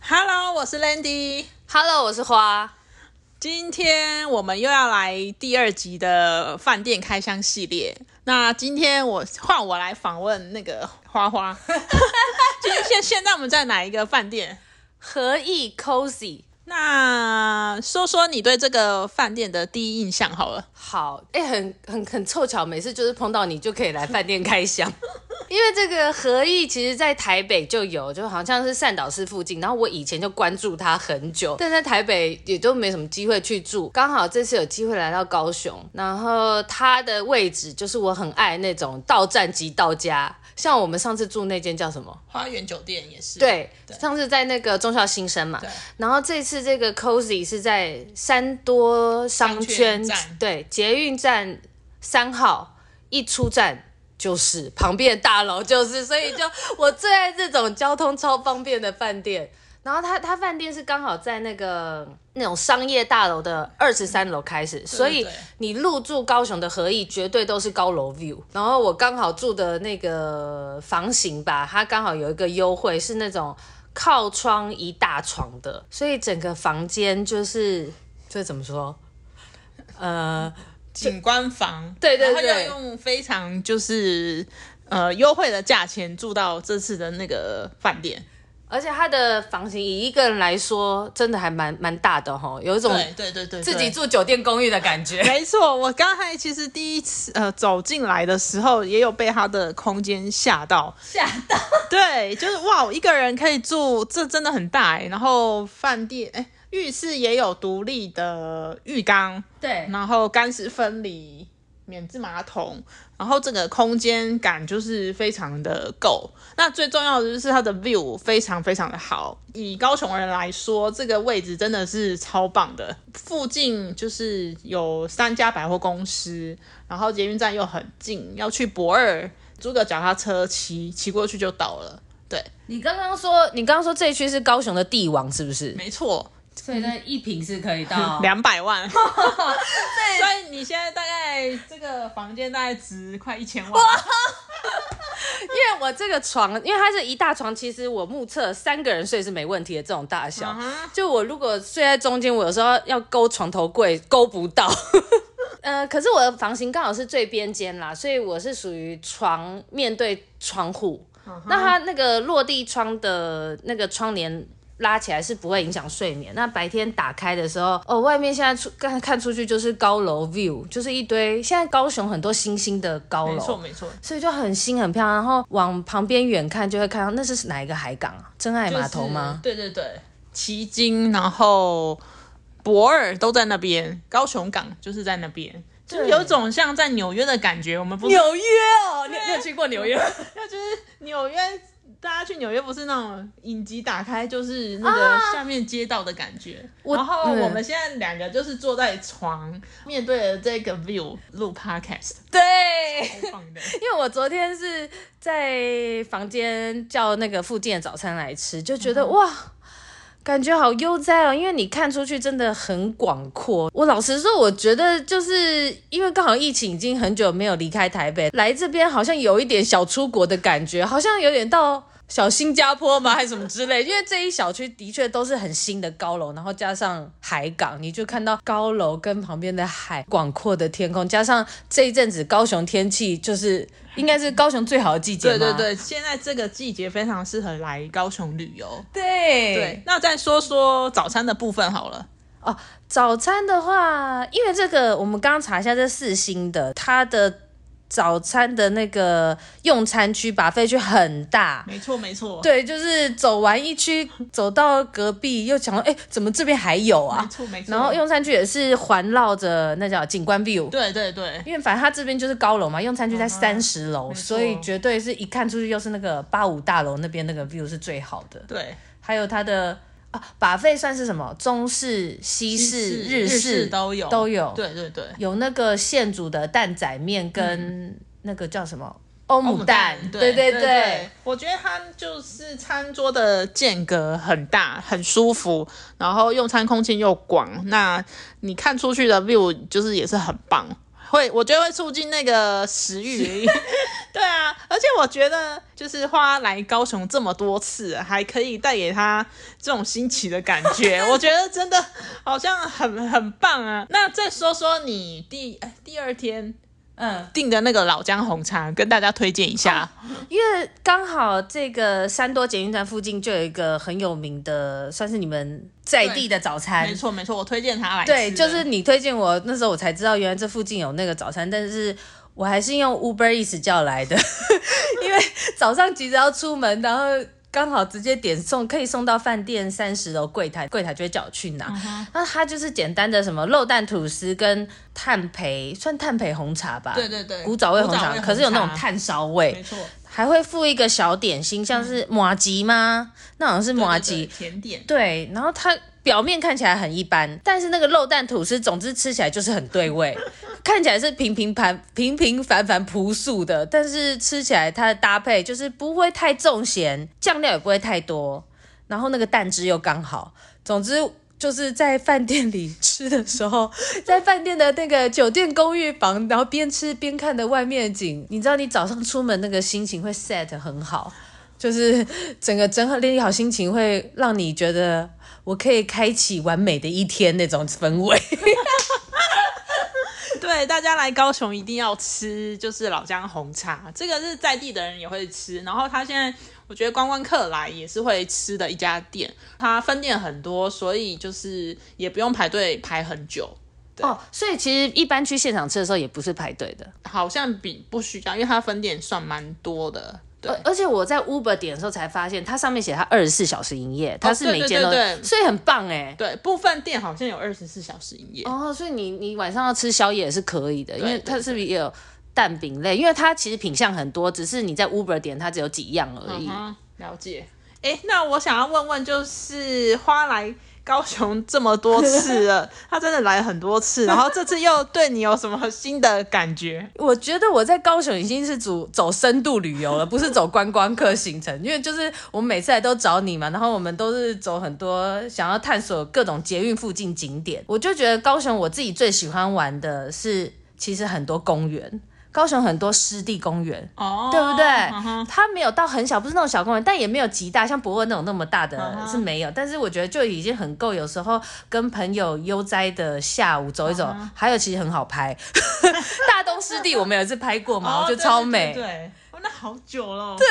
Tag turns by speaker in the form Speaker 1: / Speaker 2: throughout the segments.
Speaker 1: Hello，我是 Landy。
Speaker 2: Hello，我是花。
Speaker 1: 今天我们又要来第二集的饭店开箱系列。那今天我换我来访问那个花 花。今天现现在我们在哪一个饭店？
Speaker 2: 何意 cozy
Speaker 1: 那说说你对这个饭店的第一印象好了。
Speaker 2: 好，哎、很很很凑巧，每次就是碰到你就可以来饭店开箱。 因为这个合意其实，在台北就有，就好像是善导寺附近。然后我以前就关注它很久，但在台北也就没什么机会去住。刚好这次有机会来到高雄，然后它的位置就是我很爱那种到站即到家，像我们上次住那间叫什么？
Speaker 1: 花园酒店也是。
Speaker 2: 对，上次在那个中校新生嘛，然后这次这个 cozy 是在三多商圈
Speaker 1: 商圈站
Speaker 2: 对捷运站三号一出站。就是旁边的大楼就是，所以就我最爱这种交通超方便的饭店。然后它它饭店是刚好在那个那种商业大楼的二十三楼开始，所以
Speaker 1: 对
Speaker 2: 你入住高雄的合意绝对都是高楼 view。然后我刚好住的那个房型吧，它刚好有一个优惠是那种靠窗一大床的，所以整个房间就是这怎么说？呃，
Speaker 1: 景观房。
Speaker 2: 对对对
Speaker 1: 然后又用非常就是呃优惠的价钱住到这次的那个饭店。
Speaker 2: 而且它的房型以一个人来说，真的还蛮蛮大的哈，有一种
Speaker 1: 对对对对，
Speaker 2: 自
Speaker 1: 对
Speaker 2: 己住酒店公寓的感觉。
Speaker 1: 没错，我刚才其实第一次呃走进来的时候，也有被它的空间吓到。
Speaker 2: 吓到！
Speaker 1: 对，就是哇，一个人可以住，这真的很大哎、然后饭店哎、浴室也有独立的浴缸，
Speaker 2: 对，
Speaker 1: 然后干湿分离、免治马桶，然后整个空间感就是非常的够。那最重要的就是它的 view 非常非常的好。以高雄人来说，这个位置真的是超棒的。附近就是有三家百货公司，然后捷运站又很近，要去博二租个脚踏车骑骑过去就到了。对，
Speaker 2: 你刚刚说，你刚刚说这一区是高雄的帝王，是不是？
Speaker 1: 没错，
Speaker 2: 所以那一瓶是可以 到
Speaker 1: 两百万。所以你现在大概这个房间大概值快一千万。
Speaker 2: 因为我这个床，因为它是一大床，其实我目测三个人睡是没问题的这种大小。
Speaker 1: 嗯
Speaker 2: 就我如果睡在中间，我有时候要勾床头柜，勾不到。 呃，可是我的房型刚好是最边间啦，所以我是属于床面对窗户。
Speaker 1: 嗯
Speaker 2: 那它那个落地窗的那个窗帘拉起来是不会影响睡眠。那白天打开的时候，哦，外面现在出看看出去就是高楼 view，就是一堆现在高雄很多新兴的高楼，
Speaker 1: 没错没错，
Speaker 2: 所以就很新很漂亮。然后往旁边远看就会看到，那是哪一个海港啊？真爱码头吗？
Speaker 1: 就是？对对对，旗津，然后博尔都在那边，高雄港就是在那边。就
Speaker 2: 对
Speaker 1: 有一种像在纽约的感觉，我们不是
Speaker 2: 纽约哦，你你有去过纽约？
Speaker 1: 就是纽约，大家去纽约不是那种影集打开就是那个下面街道的感觉。
Speaker 2: 啊我
Speaker 1: 然后
Speaker 2: 嗯
Speaker 1: 我们现在两个就是坐在床，面对着这个 view 录 podcast，
Speaker 2: 对。
Speaker 1: 超棒 的。
Speaker 2: 因为我昨天是在房间叫那个附近的早餐来吃，就觉得、哇，感觉好悠哉哦。因为你看出去真的很广阔。我老实说，我觉得就是因为刚好疫情已经很久没有离开台北，来这边好像有一点小出国的感觉，好像有点到。小新加坡吗，还是什么之类？因为这一小区的确都是很新的高楼，然后加上海港，你就看到高楼跟旁边的海，广阔的天空，加上这一阵子高雄天气就是应该是高雄最好的季节
Speaker 1: 对
Speaker 2: 嘛
Speaker 1: 对对，现在这个季节非常适合来高雄旅游。
Speaker 2: 对
Speaker 1: 对，那再说说早餐的部分好了。
Speaker 2: 哦哦，早餐的话，因为这个我们刚刚查一下，这四星的，它的早餐的那个用餐区、把费区很大。
Speaker 1: 没错没错，
Speaker 2: 对，就是走完一区，走到隔壁，又想到，哎，怎么这边还有
Speaker 1: 没
Speaker 2: 啊？
Speaker 1: 错没错。
Speaker 2: 然后用餐区也是环绕着那叫景观 view，
Speaker 1: 对对对，
Speaker 2: 因为反正它这边就是高楼嘛，用餐区在三十楼，
Speaker 1: 啊没错
Speaker 2: 所以绝对是一看出去又是那个八五大楼那边那个 view 是最好的。
Speaker 1: 对，
Speaker 2: 还有它的啊，把费算是什么？中式、西式、
Speaker 1: 式
Speaker 2: 日
Speaker 1: 日式都有
Speaker 2: 都有。，
Speaker 1: 对对对，
Speaker 2: 有那个现煮的蛋仔面跟那个叫什么欧
Speaker 1: 嗯欧
Speaker 2: 姆
Speaker 1: 姆
Speaker 2: 蛋，
Speaker 1: 对
Speaker 2: 对
Speaker 1: 对，我觉得它就是餐桌的间隔很大，很舒服，然后用餐空间又广，那你看出去的 view 就是也是很棒，会我觉得会促进那个食 欲。对啊，而且我觉得就是花来高雄这么多次，还可以带给他这种新奇的感 觉，我觉得真的好像很很棒啊。那再说说你第哎第二天
Speaker 2: 嗯，
Speaker 1: 订的那个老姜红茶，跟大家推荐一下。
Speaker 2: 因为刚好这个三多捷运站附近就有一个很有名的，算是你们在地的早餐
Speaker 1: 没。错没错，我推荐他来吃的。
Speaker 2: 对，就是你推荐我那时候，我才知道原来这附近有那个早餐，但是我还是用 Uber Eats 叫来的， 因为早上急着要出门，然后刚好直接点送，可以送到饭店三十楼柜台，柜台就会叫我去拿。
Speaker 1: 嗯
Speaker 2: 那它就是简单的什么肉蛋吐司跟炭焙，算炭焙红茶吧，
Speaker 1: 对对对
Speaker 2: 古早味红
Speaker 1: 古早
Speaker 2: 茶，
Speaker 1: 味红茶
Speaker 2: 可是有那种炭烧味，
Speaker 1: 没错，嗯
Speaker 2: 还会附一个小点心，像是马吉吗？那好像是马
Speaker 1: 对对
Speaker 2: 吉，
Speaker 1: 对甜点。
Speaker 2: 对，然后它表面看起来很一般，但是那个肉蛋吐司，总之吃起来就是很对味，看起来是平平凡平平凡凡朴素的，但是吃起来它的搭配就是不会太重咸，酱料也不会太多，然后那个蛋汁又刚好，总之。就是在饭店里吃的时候，在饭店的那个酒店公寓房，然后边吃边看的外面的景，你知道，你早上出门那个心情会 set 很好，就是 整个整合利好心情，会让你觉得我可以开启完美的一天那种氛围。
Speaker 1: 对，大家来高雄一定要吃，就是老姜红茶，这个是在地的人也会吃。然后他现在我觉得观光客来也是会吃的一家店，它分店很多，所以就是也不用排队排很久。
Speaker 2: 哦，所以其实一般去现场吃的时候也不是排队的，
Speaker 1: 好像比不需要，因为它分店算蛮多的。对，
Speaker 2: 而而且我在 Uber 点的时候才发现，它上面写它二十四小时营业，它是
Speaker 1: 对
Speaker 2: 每
Speaker 1: 对
Speaker 2: 间
Speaker 1: 对
Speaker 2: 都，
Speaker 1: 对
Speaker 2: 所以很棒哎。
Speaker 1: 对，部分店好像有二十四小时营业。
Speaker 2: 哦，所以你你晚上要吃宵夜也是可以的，因为
Speaker 1: 对
Speaker 2: 它是不是也有蛋饼类？因为它其实品相很多，只是你在 Uber 点它只有几样而已。
Speaker 1: 嗯哼，了解。哎、那我想要问问，就是花来高雄这么多次 了，他真的来很多次，然后这次又对你有什么新的感觉？
Speaker 2: 我觉得我在高雄已经是走走深度旅游了，不是走观光客行程，因为就是我们每次来都找你嘛，然后我们都是走很多想要探索各种捷运附近景点。我就觉得高雄我自己最喜欢玩的是，其实很多公园，高雄很多湿地公园。
Speaker 1: 哦
Speaker 2: 对不对？它没有到很小，不是那种小公园，但也没有极大，像博尔那种那么大的、是没有。但是我觉得就已经很够，有时候跟朋友悠哉的下午走一走还有其实很好拍。 大东湿地我们有一次拍 过嘛，我觉得哦超美。
Speaker 1: 哦 对哦，那好久了。对，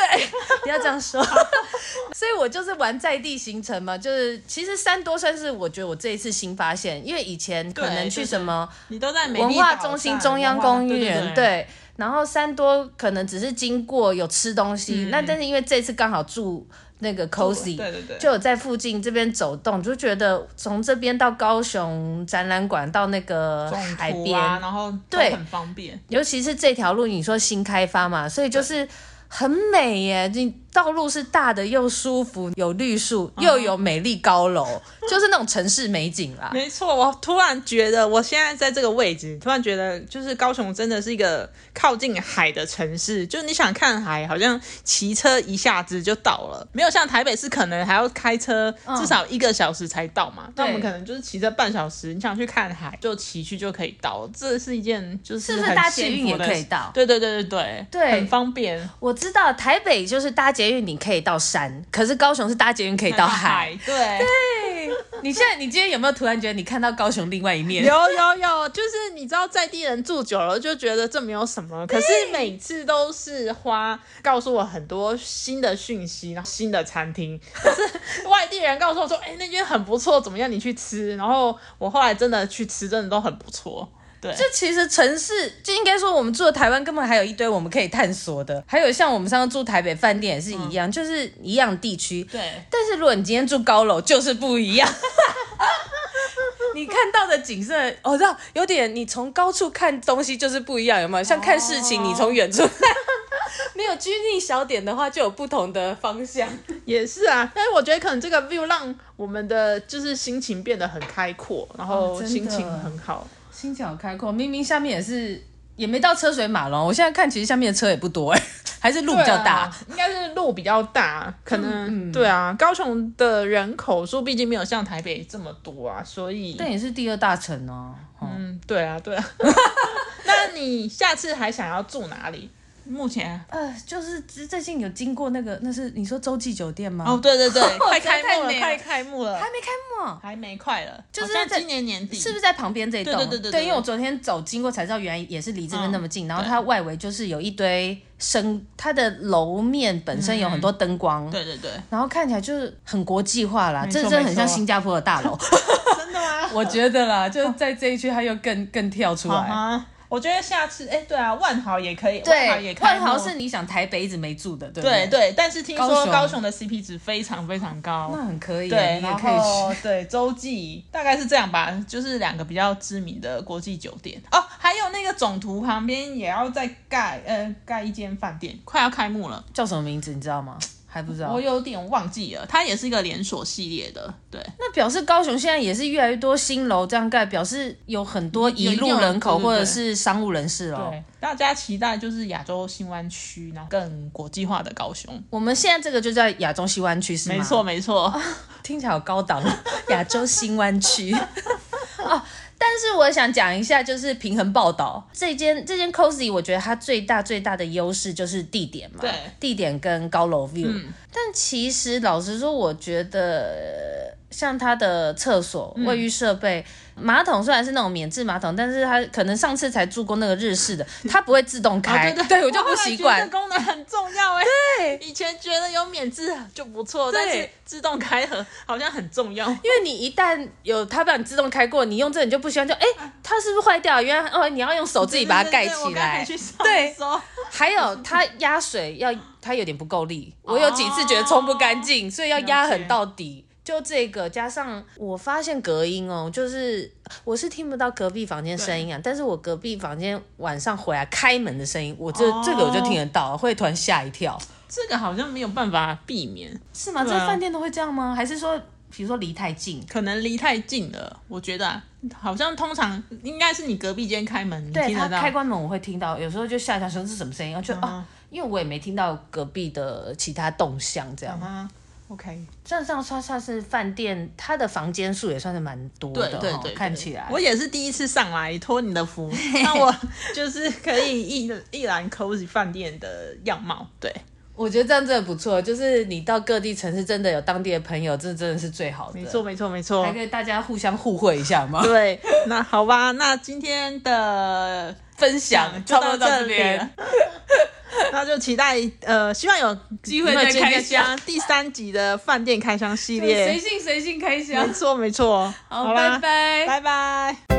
Speaker 2: 不要这 样说。 所以我就是玩在地行程嘛，就是其实三多算是我觉得我这一次新发现，因为以前可
Speaker 1: 对
Speaker 2: 能去
Speaker 1: 就是
Speaker 2: 什么。
Speaker 1: 哎你都在美丽
Speaker 2: 文化
Speaker 1: 岛
Speaker 2: 中心
Speaker 1: 上
Speaker 2: 中央
Speaker 1: 文化
Speaker 2: 公园，
Speaker 1: 对
Speaker 2: 对。然后三多可能只是经过有吃东西，那但是因为这次刚好住那个 cozy，
Speaker 1: 嗯对对对
Speaker 2: 就有在附近这边走动，就觉得从这边到高雄展览馆到那个
Speaker 1: 中
Speaker 2: 海
Speaker 1: 途
Speaker 2: 边，
Speaker 1: 啊，然后都
Speaker 2: 对
Speaker 1: 很方便。
Speaker 2: 尤其是这条路，你说新开发嘛，所以就是很美耶。你道路是大的又舒服，有绿树，
Speaker 1: 嗯
Speaker 2: 又有美丽高楼，就是那种城市美景啦。
Speaker 1: 没错，我突然觉得，我现在在这个位置，突然觉得，就是高雄真的是一个靠近海的城市，就是你想看海，好像骑车一下子就到了，没有像台北市可能还要开车至少一个小时才到嘛。那、我们可能就是骑车半小时，你想去看海就骑去就可以到，这是一件就是
Speaker 2: 是不是
Speaker 1: 很
Speaker 2: 搭捷
Speaker 1: 幸
Speaker 2: 运
Speaker 1: 福
Speaker 2: 也
Speaker 1: 的
Speaker 2: 可以
Speaker 1: 事
Speaker 2: 到
Speaker 1: 对对对对对，
Speaker 2: 对
Speaker 1: 很方便。
Speaker 2: 我知道台北 就是搭捷运你可以到山，可是高雄是搭捷运可以到海。
Speaker 1: 对，
Speaker 2: 你现在你今天有没有突然觉得你看到高雄另外一面？
Speaker 1: 有有有，就是你知道在地人住久了就觉得这没有什么，可是每次都是花告诉我很多新的讯息，然后新的餐厅，可是外地人告诉我说，哎、那间很不错，怎么样？你去吃。然后我后来真的去吃，真的都很不错。对，
Speaker 2: 就其实城市，就应该说我们住的台湾根本还有一堆我们可以探索的，还有像我们上次住台北饭店也是一样，就是一样地区。
Speaker 1: 对
Speaker 2: 但是如果你今天住高楼，就是不一样。 你看到的景色，我知道有点，你从高处看东西就是不一样，有没有？像看事情，你从远处看， 没有拘泥小点的话，就有不同的方向。
Speaker 1: 也是啊，但是我觉得可能这个 view 让我们的就是心情变得很开阔，然
Speaker 2: 哦
Speaker 1: 后
Speaker 2: 真的
Speaker 1: 心情很好。
Speaker 2: 心情好开阔，明明下面也是也没到车水马龙，我现在看其实下面的车也不多哎、 还是路比较
Speaker 1: 对
Speaker 2: 大。嗯
Speaker 1: 啊，应该是路比较大，可能、对啊。高雄的人口数毕竟没有像台北这么多啊，所以
Speaker 2: 但也是第二大城哦。嗯，
Speaker 1: 嗯，对啊， 对啊。那你下次还想要住哪里？目前
Speaker 2: 呃，就是最最近有经过那个，那是你说洲际酒店吗？
Speaker 1: 哦，，对 对对，快开
Speaker 2: 太
Speaker 1: 幕了，
Speaker 2: 美了
Speaker 1: 快开幕了
Speaker 2: 还，没开幕，哦
Speaker 1: 还没快了，
Speaker 2: 就是
Speaker 1: 好像
Speaker 2: 在
Speaker 1: 今年年底，
Speaker 2: 是不是在旁边这一栋？
Speaker 1: 对对对对对嗯
Speaker 2: 因为我昨天走经过才知道，原来也是离这边那么近。然后
Speaker 1: 对
Speaker 2: 它外围就是有一堆升，它的楼面本身有很多灯光，
Speaker 1: 嗯对对对，
Speaker 2: 然后看起来就是很国际化啦，
Speaker 1: 没
Speaker 2: 这
Speaker 1: 错
Speaker 2: 真的很像
Speaker 1: 没错
Speaker 2: 新加坡的 大楼。
Speaker 1: 真的吗？
Speaker 2: 我觉得啦，就是在这一区，它又更更跳出
Speaker 1: 好 啊，我觉得下次，哎、对啊，万豪也可以，万豪也
Speaker 2: 对，
Speaker 1: 开
Speaker 2: 万
Speaker 1: 幕
Speaker 2: 豪是你想台北一直没住的，对不
Speaker 1: 对
Speaker 2: 对？
Speaker 1: 对，但是听
Speaker 2: 高
Speaker 1: 说
Speaker 2: 雄
Speaker 1: 高雄的 CP 值非常非常高，
Speaker 2: 那很可以啊，
Speaker 1: 对，
Speaker 2: 你也
Speaker 1: 然
Speaker 2: 可以去。
Speaker 1: 后对洲际大概是这样吧，就是两个比较知名的国际酒店哦，还有那个总图旁边也要再盖呃盖一间饭店，快要开幕了，
Speaker 2: 叫什么名字你知道吗？还不知道
Speaker 1: 我。有点忘记了，它也是一个连锁系列的，对，
Speaker 2: 那表示高雄现在也是越来越多新楼这样盖，表示有很多移
Speaker 1: 有一定
Speaker 2: 入人口
Speaker 1: 有对对对
Speaker 2: 或者是商务人士哦。
Speaker 1: 对，大家期待就是亚洲新湾区，然后更国际化的高雄，
Speaker 2: 我们现在这个就叫亚洲西湾区是吗？哦
Speaker 1: 没错，没错，
Speaker 2: 听起来好高档， 亚洲新湾区。 哦，但是我想讲一下，就是平衡报道这间这间 cozy，我觉得它最大最大的优势就是地点嘛，
Speaker 1: 对嗯
Speaker 2: 地点跟高楼 view。但其实老实说，我觉得呃像它的厕所、
Speaker 1: 嗯
Speaker 2: 卫浴设备、马桶虽然是那种免治马桶，但是它可能上次才住过那个 日式的，它不会自动开，
Speaker 1: 哦对
Speaker 2: 我就
Speaker 1: 后
Speaker 2: 不
Speaker 1: 来
Speaker 2: 习
Speaker 1: 觉
Speaker 2: 惯
Speaker 1: 得。功能很重要哎、对，以前觉得有免治就不错，但是
Speaker 2: 对
Speaker 1: 自动开合好像很重要。
Speaker 2: 因为你一旦有它把你自动开过，你用这你就不喜欢，就哎、它是不是坏掉了？原来哦，你要用手自己把它盖
Speaker 1: 对对对
Speaker 2: 起
Speaker 1: 我刚
Speaker 2: 来
Speaker 1: 才。去搜
Speaker 2: 对
Speaker 1: 搜
Speaker 2: 还有它压水要它有点不够力，我有几次觉得冲不干净，所以要压很到底。就这个加上我发现隔音哦，就是我是听不到隔壁房间声音啊，但是我隔壁房间晚上回来开门的声音，我这、
Speaker 1: 哦
Speaker 2: 这个我就听得到，会突然吓一跳。
Speaker 1: 这个好像没有办法避免，
Speaker 2: 是吗？
Speaker 1: 对
Speaker 2: 这
Speaker 1: 啊
Speaker 2: 饭店都会这样吗？还是说，比如说离太近？
Speaker 1: 可能离太近了。我觉得、啊、好像通常应该是你隔壁间开门，你
Speaker 2: 对
Speaker 1: 听
Speaker 2: 他
Speaker 1: 得到
Speaker 2: 开。关门我会听到，有时候就吓一跳，说这是什么声音？然后就啊
Speaker 1: 嗯，
Speaker 2: 因为我也没听到隔壁的其他动向，这样。
Speaker 1: 啊，OK，
Speaker 2: 这样这样算算是饭店，它的房间数也算是蛮多
Speaker 1: 对
Speaker 2: 的
Speaker 1: 对
Speaker 2: 哈
Speaker 1: 对，
Speaker 2: 哦看
Speaker 1: 对
Speaker 2: 起来。
Speaker 1: 我也是第一次上来，托你的 福，那我就是可以一一览 cozy 饭店的样貌。对，
Speaker 2: 我觉得这样真的不错，就是你到各地城市，真的有当地的朋友，这真的是最好的。
Speaker 1: 没错，，没错，没错
Speaker 2: 还。可以大家互相互惠一下嘛，
Speaker 1: 对，那好吧，那今天的
Speaker 2: 分享
Speaker 1: 就
Speaker 2: 差不多
Speaker 1: 到
Speaker 2: 到
Speaker 1: 这
Speaker 2: 这
Speaker 1: 里
Speaker 2: 边
Speaker 1: 了。。那就期待呃，希望有
Speaker 2: 机会
Speaker 1: 有没有
Speaker 2: 再
Speaker 1: 机
Speaker 2: 开箱
Speaker 1: 第三集的饭店开箱系
Speaker 2: 随
Speaker 1: 列。
Speaker 2: 性随性开
Speaker 1: 没
Speaker 2: 箱，
Speaker 1: 错没错，
Speaker 2: 好，
Speaker 1: 啦
Speaker 2: 拜拜。
Speaker 1: 拜拜。